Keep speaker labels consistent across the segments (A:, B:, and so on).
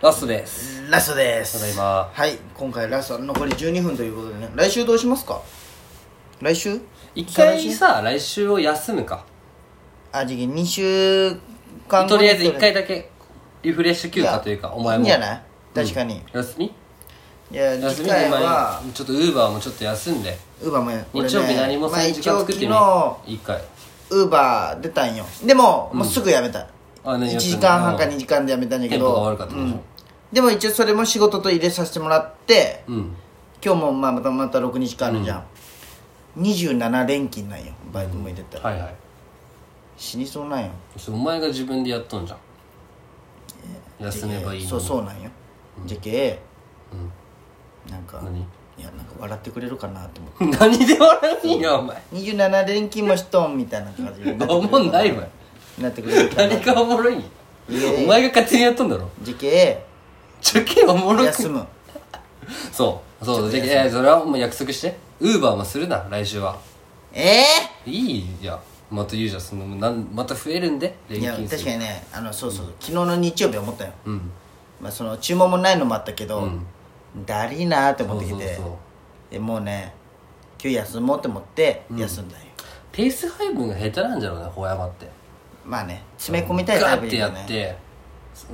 A: ラストです
B: ラストです
A: ただいま
B: はい今回ラスト残り12分ということでね来週どうしますか来週
A: 一回
B: 再来週
A: さ来週を休むか
B: あじゃあ2週間後
A: と
B: に
A: りあえず一回だけリフレッシュ休暇というかお前
B: いい
A: も
B: んじゃない確かに、
A: 休み
B: いや
A: 休
B: 次
A: みの前
B: 回
A: に
B: は
A: ちょっとウーバーもちょっと休んで
B: ウーバーもや
A: 日曜日何も
B: まあ
A: 3時
B: 一
A: 間
B: 応
A: 作
B: 昨
A: って
B: 日
A: み一回
B: ウーバー出たんよでも、もうすぐやめた
A: あ何やってんの
B: 1時間半か2時間でやめたんだけ
A: テンポ
B: ど
A: が悪かった
B: う
A: の
B: ん、でも一応それも仕事と入れさせてもらって、
A: うん
B: 今日もまあまたまた6日間あるじゃん、27連勤なんよバイトも入れたら、
A: はいはい
B: 死にそうなんよ
A: それお前が自分でやっとんじゃん休めばいいのに
B: そうそうなんよ、じゃけなんか
A: 何
B: いやなんか笑ってくれるかなと思っ て
A: 何で笑うんやお前
B: 27連勤もしとんみたいな感じに なって
A: おもんないわ
B: なってくれるかな
A: 何がおもろいんやお前が勝手にやっとんだろ
B: じゃけ
A: ちょけおもろ
B: 休
A: く
B: む
A: そうそうじゃけえーそれはもう約束してウーバーもするな来週は
B: え
A: いいじゃんまた言うじゃんそのなんまた増えるんで
B: え
A: 連
B: いや
A: 勤す
B: 確
A: る
B: かにねあのそうそう、昨日の日曜日は思ったよ、
A: うん
B: まあ、その注文もないのもあったけど、だりーなーって思ってき
A: そう
B: て
A: そうそう
B: でもうね今日休もうと思って休んだよ、
A: ペース配分が下手なんじゃろうね小山って
B: まあね詰め込みたいタ
A: ガ
B: イ
A: ー
B: プ
A: ってや
B: よ
A: っ
B: ね
A: てそ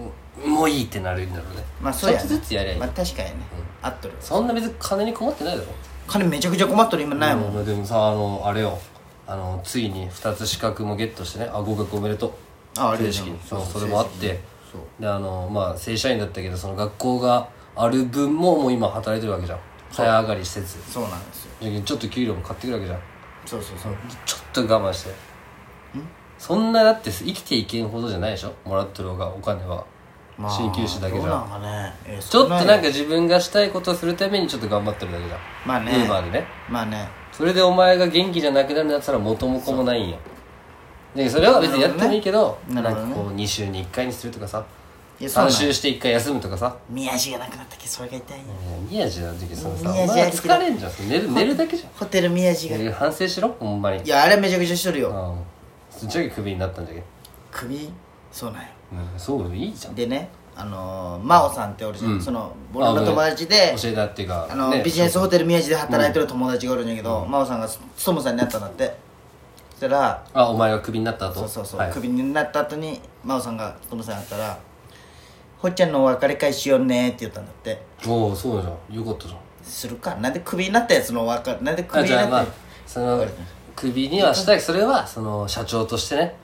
A: うもういいってなるんだろうね
B: まあそうや、ね、
A: ちょっとずつやりゃいい、
B: まあ確かにね、合っとる
A: そんな別に金に困ってないだろ
B: 金めちゃくちゃ困っとる今ないもん、
A: うんでもさあのあれよあのついに2つ資格もゲットしてねあ合格おめでとう
B: あありが
A: 正式
B: とう
A: に
B: そ
A: そうう
B: そう
A: それもあって
B: そう
A: であのまあ正社員だったけどその学校がある分ももう今働いてるわけじゃん早上がり施設
B: そうなんですよ
A: でちょっと給料も買ってくるわけじゃん
B: そうそうそう
A: ちょっと我慢してそんなだって生きていけんほどじゃないでしょもらっとるがお金は鍼灸師だけじ
B: どう
A: ゃ
B: なんんかね、えー
A: ちょっとな
B: そ
A: んか自分がしたいことをするためにちょっと頑張ってるだけじゃん
B: まあね
A: ウーバーでね
B: まあね
A: それでお前が元気じゃなくなるんだったら元も子もないんやでそれは別にやってもいいけど
B: な
A: な
B: る
A: ん
B: ほどね
A: かこう2週に1回にするとかさ
B: いやそうな
A: 3
B: ん
A: 週して1回休むとかさ
B: 宮地がなくなったっけそれが痛いね、
A: 宮地の時そのさお
B: 宮
A: 前
B: 地やりすぎだ
A: 疲れんじゃん寝る寝るだけじ
B: ホテル宮地
A: ゃ
B: が、
A: ん反省しろほんまに
B: いやあれめちゃくちゃしとるよ、
A: うんそっちだけクビになったんじゃけ
B: 首そうなんよ
A: うんそういいじゃん
B: でねあのー、真央さんっておるじゃん、
A: うん
B: その俺の友達で
A: 教えたっていうか
B: あの、
A: ね
B: ビジネスホテル宮地で働いてる友達がおるんやけど、真央さんが勤さんになったんだってそしたら
A: あお前がクビになった後
B: そうそうそう、
A: はい
B: クビになった後に真央さんが勤さんになったら「ほっちゃんのお別れ会しようね」って言ったんだって
A: おおそうじゃんよかったじゃん
B: するかなんでクビになったやつのお別れなんでクビ
A: あ
B: に
A: じゃ
B: な
A: あ
B: った
A: まあ
B: や
A: そのクビにはしたいそれはその社長としてね、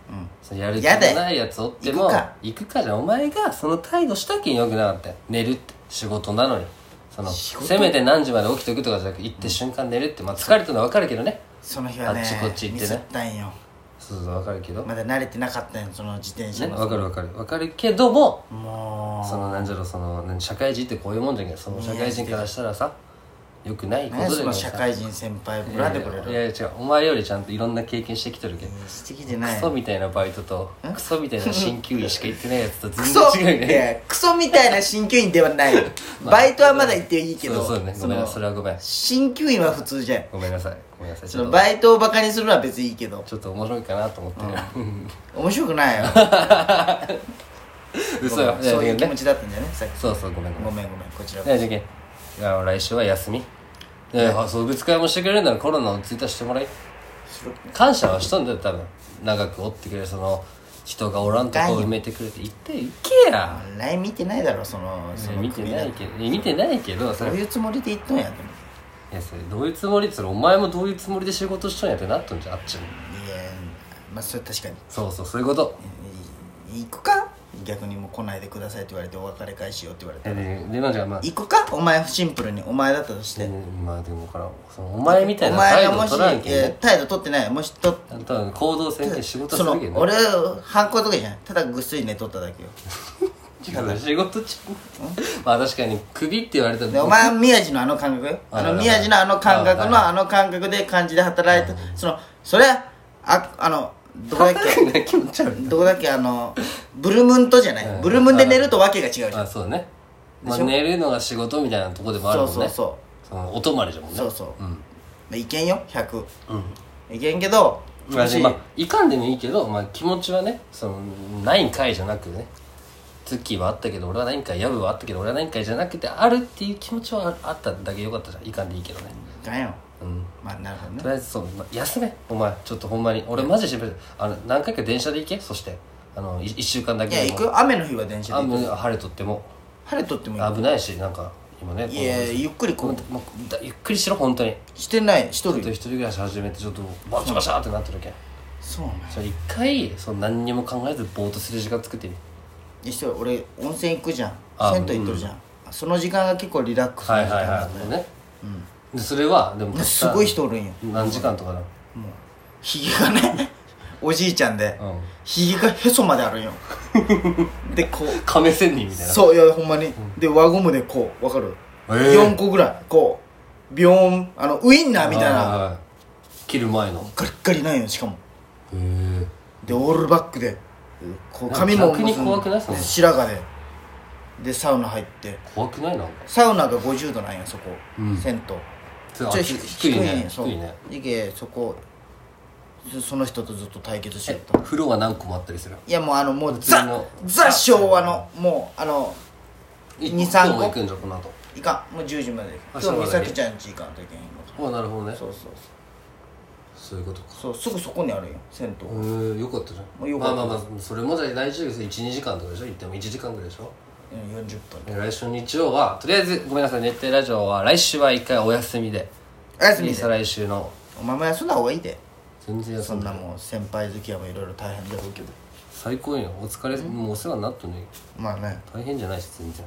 A: そのやる気
B: や
A: の
B: だよ
A: ないやつおっても
B: 行くか
A: 行くかじゃんお前がその態度したけんよくなかったよ寝るって仕事なのにその
B: 仕事
A: せめて何時まで起きておくとかじゃなく行って瞬間寝るって、まあ、疲れてるのは分かるけどね
B: その日はね
A: あっちこっち行ってね
B: ミスったんよ
A: そうそう分かるけど、
B: まだ慣れてなかったんよその自転車
A: ね、
B: の、
A: 分かる分かる分かるけども
B: もう
A: そのなんじゃろその何社会人ってこういうもんじゃんけどその社会人からしたらさよくないこと
B: ね、
A: だ
B: そ
A: けど
B: の社
A: さ
B: 会人先輩ぶらでこれ
A: い
B: る
A: やいや違うお前よりちゃんといろんな経験してきとるけん
B: してきてな
A: ク
B: い
A: ソみたいなバイトとクソみたいな鍼灸院しか行ってないやつと
B: クソ
A: 全然違うよね
B: いやクソみたいな鍼灸院では ない、バイトはまだ行っていいけど
A: そうそうねごめんな
B: の
A: それはごめん
B: 鍼灸院は普通じゃん
A: ごめんなさいごめんなさいち
B: そ
A: ょっ
B: の
A: と
B: バイトをバカにするのは別にいいけど
A: ちょっと面白いかなと思って
B: 面白くないよ
A: 嘘よ
B: そういう
A: じ
B: 気
A: ゃあ
B: 持
A: ね
B: ちだったんじゃねさっき
A: そうそうごめんごめ
B: ご
A: ん
B: めんごめんこちら
A: じゃあじゃけん来週は休みであ送別会もしてくれるならコロナのツイッターしてもらい感謝はしとんだよ多分長くおってくれるその人がおらんとこ埋めてくれて行って行けや
B: LINE 見てないだろそのその
A: 見てない
B: ど
A: けどいや見てないけどそれ
B: ういうつもりで言っとんやと思っ
A: いやそれどういうつもりそれお前もどういうつもりで仕事しとんやってなっとんじゃんあっちも
B: ていやまあそれ確かに
A: そうそうそういうこと
B: い行くか逆にもう来ないでくださいって言われてお別れ会しようって言われて
A: ででなんじゃまあ
B: 行くかお前シンプルにお前だったとして、
A: うんまあでもからそのお前みたい
B: お
A: な
B: 前
A: 態
B: が
A: 度
B: もし
A: 取らんけん
B: え
A: ね
B: ー態度取ってないもしと
A: あんたは行動せんけん仕事す
B: そ
A: る
B: の
A: けん
B: 俺反抗とかじゃないただぐっすり寝とっただけよ
A: 違う仕事中まあ確かに首って言われたら
B: でお前は宮地のあの感覚よ
A: あ
B: あ
A: らら
B: の宮地のあの感覚
A: あ
B: のあの感覚で感じで働いてそのそれはああのどこだっけ
A: 僕気持ち悪い
B: どこだっけあのブルムンとじゃないブルムンで寝るとわけが違うじゃん
A: あそうねまあ寝るのが仕事みたいなとこでもあるも
B: そうん
A: ね
B: そうそう
A: そのお泊まりじゃもんね
B: そうそう、
A: ん
B: でいけんよ100、いけんけど
A: まあ
B: もし
A: まあいかんでもいいけど、まあ、気持ちはねそのないんかいじゃなくねツッキーはあったけど俺はないんかいヤブはあったけど俺はないんかいじゃなくてあるっていう気持ちはああっただけよかったじゃんいかんでいいけどね
B: だよ
A: うん
B: まあなるほ
A: と
B: どね
A: りあえずそう、ま休めお前ちょっとほんまに俺マジで心配あの何回か電車で行けそしてあの1週間だ
B: い
A: け
B: や
A: で
B: 行
A: も
B: くよ雨の日は電車
A: あ
B: で行
A: も
B: く
A: う晴れとっても
B: 晴れとってもいいよ
A: 危ないしなんか今ね
B: いやいやゆっくり
A: こ
B: こ
A: の
B: う
A: もうだゆっくりしろ本当に
B: してないしと
A: ちょっ
B: る
A: と
B: よ
A: 一人暮らし始めてちょっとバシャバシャってなってるけん
B: そうなんや
A: それ一回その何にも考えずぼーっとする時間作ってみ
B: いやしてる俺温泉行くじゃん
A: あ
B: 銭湯行っとるじゃんその時間が結構リラックス
A: は
B: ない時
A: はい
B: 間な
A: は
B: んだ
A: い
B: よ
A: もうね、でそれはでも
B: すごい人おるんよ
A: 何時間とかだ
B: もうひげがね おじいちゃんで
A: うん
B: ひげがへそまであるんよでこう
A: 亀仙人みたいな
B: そういやほんまにで輪ゴムでこうわかる
A: えー
B: 4個ぐらいこうビヨーンあのウインナーみたい
A: は
B: な
A: はは切る前のへ
B: ガリッガリなんよしかも
A: え
B: でオールバックでこう髪も
A: 逆に怖くないそれ
B: で白髪ででサウナ入って
A: 怖くないなんか
B: サウナが50度なんやそこ、
A: うん
B: 銭湯
A: ち
B: ちょひ
A: 低いね
B: そう
A: 低いね
B: いけそこそその人とずっと対決して
A: え
B: た
A: 風呂は何個もあったりする
B: いやもうあのもう
A: 普通
B: ザ
A: の
B: ザ昭和のもうあの二
A: 一
B: 三
A: 今
B: 個
A: 日も行くんじゃんこの後
B: いかんもう10時まで今
A: あ
B: 日
A: そう
B: 美
A: なんだ
B: 咲ちゃんち行かんといけんの
A: あなるほどね
B: そうそう
A: そういうことか
B: そうそうすぐそこにあるよ銭湯、
A: うんよかったじゃ
B: もうんよ
A: ま
B: か
A: あ
B: った
A: まあまあそれもじゃあ来週12時間とかでしょ行っても1時間ぐらいでしょ
B: うん、40
A: で
B: 分
A: 来週の日曜はとりあえずごめんなさい熱帯ラジオは来週は一回お休みで
B: おやすみ
A: 再来週の
B: お前も休んだ方がいいで
A: 全然休
B: そ
A: ん
B: ん
A: だ
B: なもう先輩付き合いもいろいろ大変だろうけど
A: 最高よお疲れもうお世話になったね
B: まあね
A: 大変じゃないし全然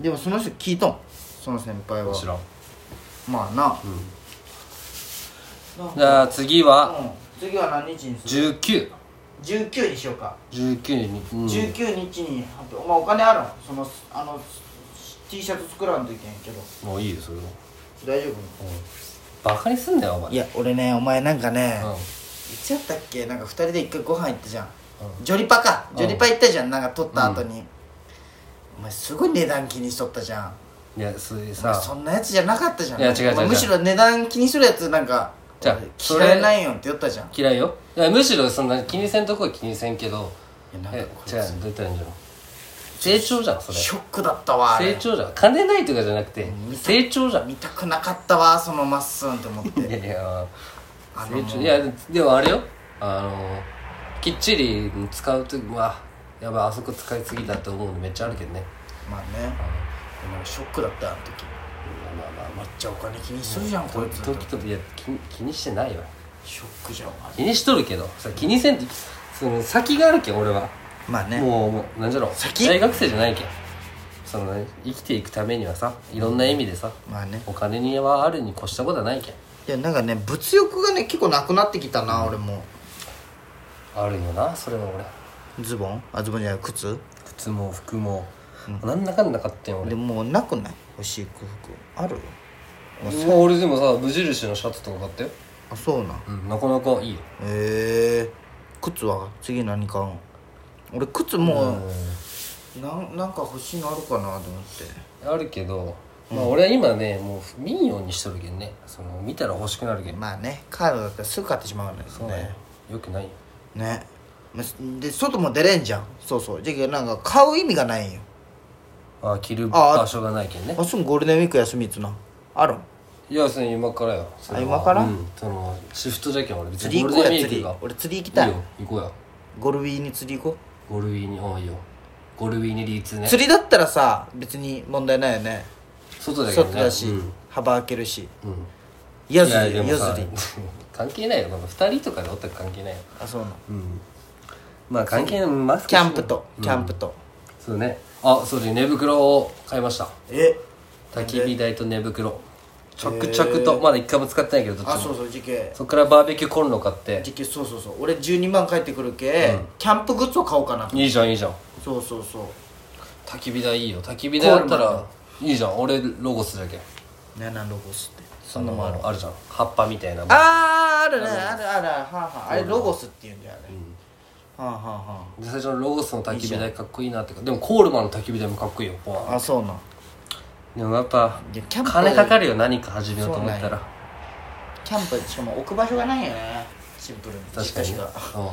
B: でもその人聞いとんその先輩は
A: もちろん
B: まあな、
A: じゃあ次は
B: うん次は何日にする
A: 1919
B: 19にしようか
A: に、う
B: 19
A: ん、
B: 日に発表お前お金あるんそのあの T シャツ作らんといけんけど
A: もういいよそれも
B: 大丈
A: バカにすんだよお前
B: いや俺ねお前なんかね、
A: うん
B: いつやったっけなんか2人で一回ご飯行ったじゃん、ジョリパかジョリパ行ったじゃんなんか取った後に、お前すごい値段気にしとったじゃん
A: いやそれ
B: お前
A: さ
B: そんなやつじゃなかったじゃん
A: いや違う違う
B: お前むしろ値段気にするやつなんか
A: じゃあ
B: 俺
A: それ
B: 嫌いないよって言ったじゃんい
A: 嫌いよいやむしろそんな気にせんとこは気にせんけど
B: やなんか
A: え
B: こい
A: 違うどう言ったらいいんじゃろう成長じゃんそれ
B: つショックだったわあれ
A: 成長じゃん金ないとかじゃなくて成長じゃん
B: 見たくなかったわそのまっすんと思っ
A: いや
B: て
A: いや
B: あの
A: 成長いやでもあれよあのきっちり使う時はやばいあそこ使いすぎだって思うのめっちゃあるけどね
B: まあねでもなんかショックだったあの時
A: まあまあま
B: めっちゃお金気にするじゃん、こいつ
A: あ時といや気に気にしてないわ
B: ショックじゃん
A: 気にしとるけどさ気にせんとその先があるけん俺は
B: まあね
A: もうもうなんじゃろう
B: 先
A: 大学生じゃないけんその、ね、生きていくためにはさいろんな意味でさ、
B: まあね
A: お金にはあるに越したことはないけん
B: いやなんかね物欲がね結構なくなってきたな、俺も
A: あるよなそれは俺
B: ズボンあズボンじゃない靴
A: 靴も服も、なんだかんだ買ってん俺
B: でももうなくない欲しい服ある
A: もう俺でもさ無印のシャツとか買ったよ
B: あそうなん
A: うんなかなかいいよ
B: へえ靴は次何買うん俺靴もうなんなんか欲しいのあるかなと思って
A: あるけどまあ俺は今ねもう見んようにしとるけんねその見たら欲しくなるけん
B: まあねカードだったらすぐ買ってしまうんです
A: そうだよ
B: ね
A: よくないよ
B: ねまで外も出れんじゃんそうそうじゃけどなんか買う意味がないんよ
A: あ着る
B: あ
A: 場所がないけんね
B: あすぐゴールデンウィーク休みっつなあるん
A: いやそれ今からよそれは
B: あ今から
A: うんそのシフトじゃけん俺別
B: 釣り行こうや釣り
A: 俺
B: 俺釣り行きた
A: いい
B: い
A: よ行こうや
B: ゴルウィーに釣り行こ
A: ゴルウィーにああいいよゴルウィーにリーツ
B: う
A: ね
B: 釣りだったらさ別に問題ないよね
A: 外だけどね
B: 外だし
A: うん
B: 幅開けるし
A: うん
B: 夜
A: いや
B: 釣
A: で
B: り
A: も
B: 夜
A: さ
B: 釣り
A: 関係ないよまあ二人とかでおったら関係ないよ
B: あそうなの
A: うんまあ関係ないマスク
B: キャンプと
A: うん
B: キャンプと
A: そうねあそうです寝袋を買いました
B: え
A: 焚き火台と寝袋着々とまだ一回も使ってないけどどっち
B: あ
A: も
B: そうそう時系
A: そっからバーベキューコンロ買って
B: 時系そうそうそう俺12万返ってくるけキャンプグッズを買おうかない
A: いじゃんいいじゃん
B: そうそうそう
A: 焚き火台いいよ焚き火台だったらいいじゃん俺ロゴスだけん
B: ねなんロゴスって
A: そんなもんあるじゃん葉っぱみたいな
B: あああるねあるあるはあはああれロゴスって言うんだよねはあはあは
A: で最初のロゴスの焚き火台かっこいいなってかでもコールマンの焚き火台もかっこいいよボワン
B: ああそうなん
A: でもやっぱ
B: いやキャンプ
A: 金かかるよ何か始めようと思ったら
B: キャンプしかも置く場所がないよねシンプルに
A: 確かに
B: 実家しか
A: うん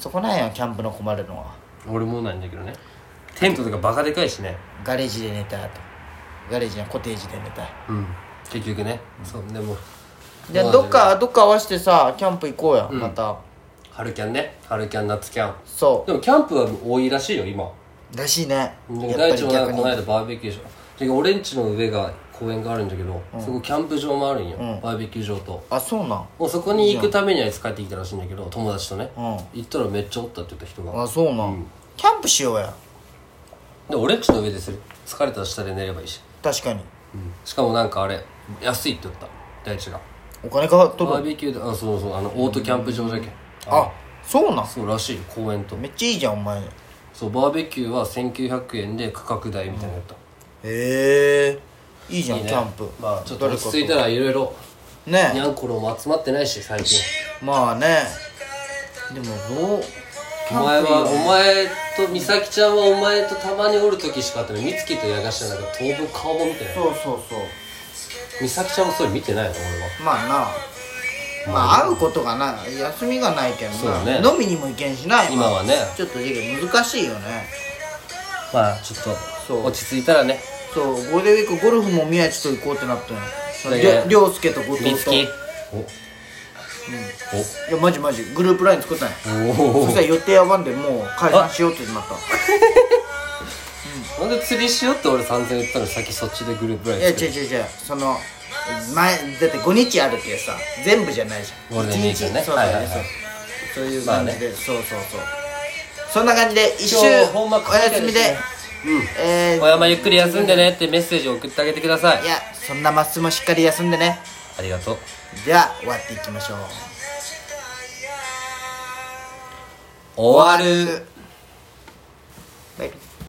B: そこなんやキャンプの困るのは
A: 俺もないんだけどねテントとかバカでかいしね
B: ガレージで寝たとガレージやコテージで寝た
A: うん結局ね、そうでも
B: じゃあどっかどっか合わせてさキャンプ行こうや、また
A: 春キャンね春キャン夏キャン
B: そ
A: でもキャンプは多いらしいよ今
B: うらしいねやっぱ
A: 大
B: り
A: 地もなん
B: 逆
A: か
B: に
A: この間バーベキューしで俺んちの上が公園があるんだけど、そこキャンプ場もあるんよ、バーベキュー場と
B: あそうなん
A: もうそこに行くためにあいつ帰ってきたらしいんだけど友達とね、
B: うん
A: 行ったらめっちゃおったって言った人が
B: あそうなん、キャンプしようや
A: で俺んちの上でする疲れたら下で寝ればいいし、
B: 確かに
A: うんしかもなんかあれ安いって言った大地が
B: お金かかっとる
A: バーベキューであそうそうあのオートキャンプ場じゃけん
B: あそうなん
A: そうらしいよ公園と
B: めっちゃいいじゃんお前へ
A: そうバーベキューは1900円で価格代みたいなやった、
B: えいいじゃん
A: いいね
B: キャンプ
A: まあちょっと落ち着いたらいろいろ
B: ね
A: にゃんころも集まってないし最近
B: まあねでもどう
A: お前はお前と美咲ちゃんはお前とたまにおる時しかあったのに美月と矢頭なんか当分顔も見てない
B: そうそうそう
A: 美咲ちゃんもそれ見てないの俺は
B: まあなまあ会うことがな休みがないけど
A: そう
B: な、
A: ね
B: 飲みにも行けんしな
A: 今はね
B: ちょっと時期難しいよね
A: まあちょっ
B: そ
A: と
B: う
A: 落ち着いたらね
B: そうゴールデンウィークゴルフも宮地と行こうってなった
A: だ
B: ん
A: けど
B: やりょうすけと後藤
A: 美
B: とい
A: 月
B: や
A: お、
B: マジマジグループライン作ったんや
A: おお
B: そしたら予定合わんでもう解散しようってなった
A: なんで釣りしようって俺3000言ったのに先そっちでグループライン
B: いや違う
A: 作る
B: 違う違うその前だって5日あるけどさ全部じゃないじゃん
A: ゴールデンウィーク
B: 一
A: ね
B: そうそう、
A: はいはいはい
B: そうそういう
A: まあ
B: 感
A: ね
B: じで、そうそうそうそんな感じで一週
A: 今日ほんま
B: お休みで
A: うん
B: えー
A: 小山ゆっくり休んでねってメッセージを送ってあげてください
B: いやそんなまっすぐもしっかり休んでね
A: ありがとう
B: では終わっていきましょう
A: 終わる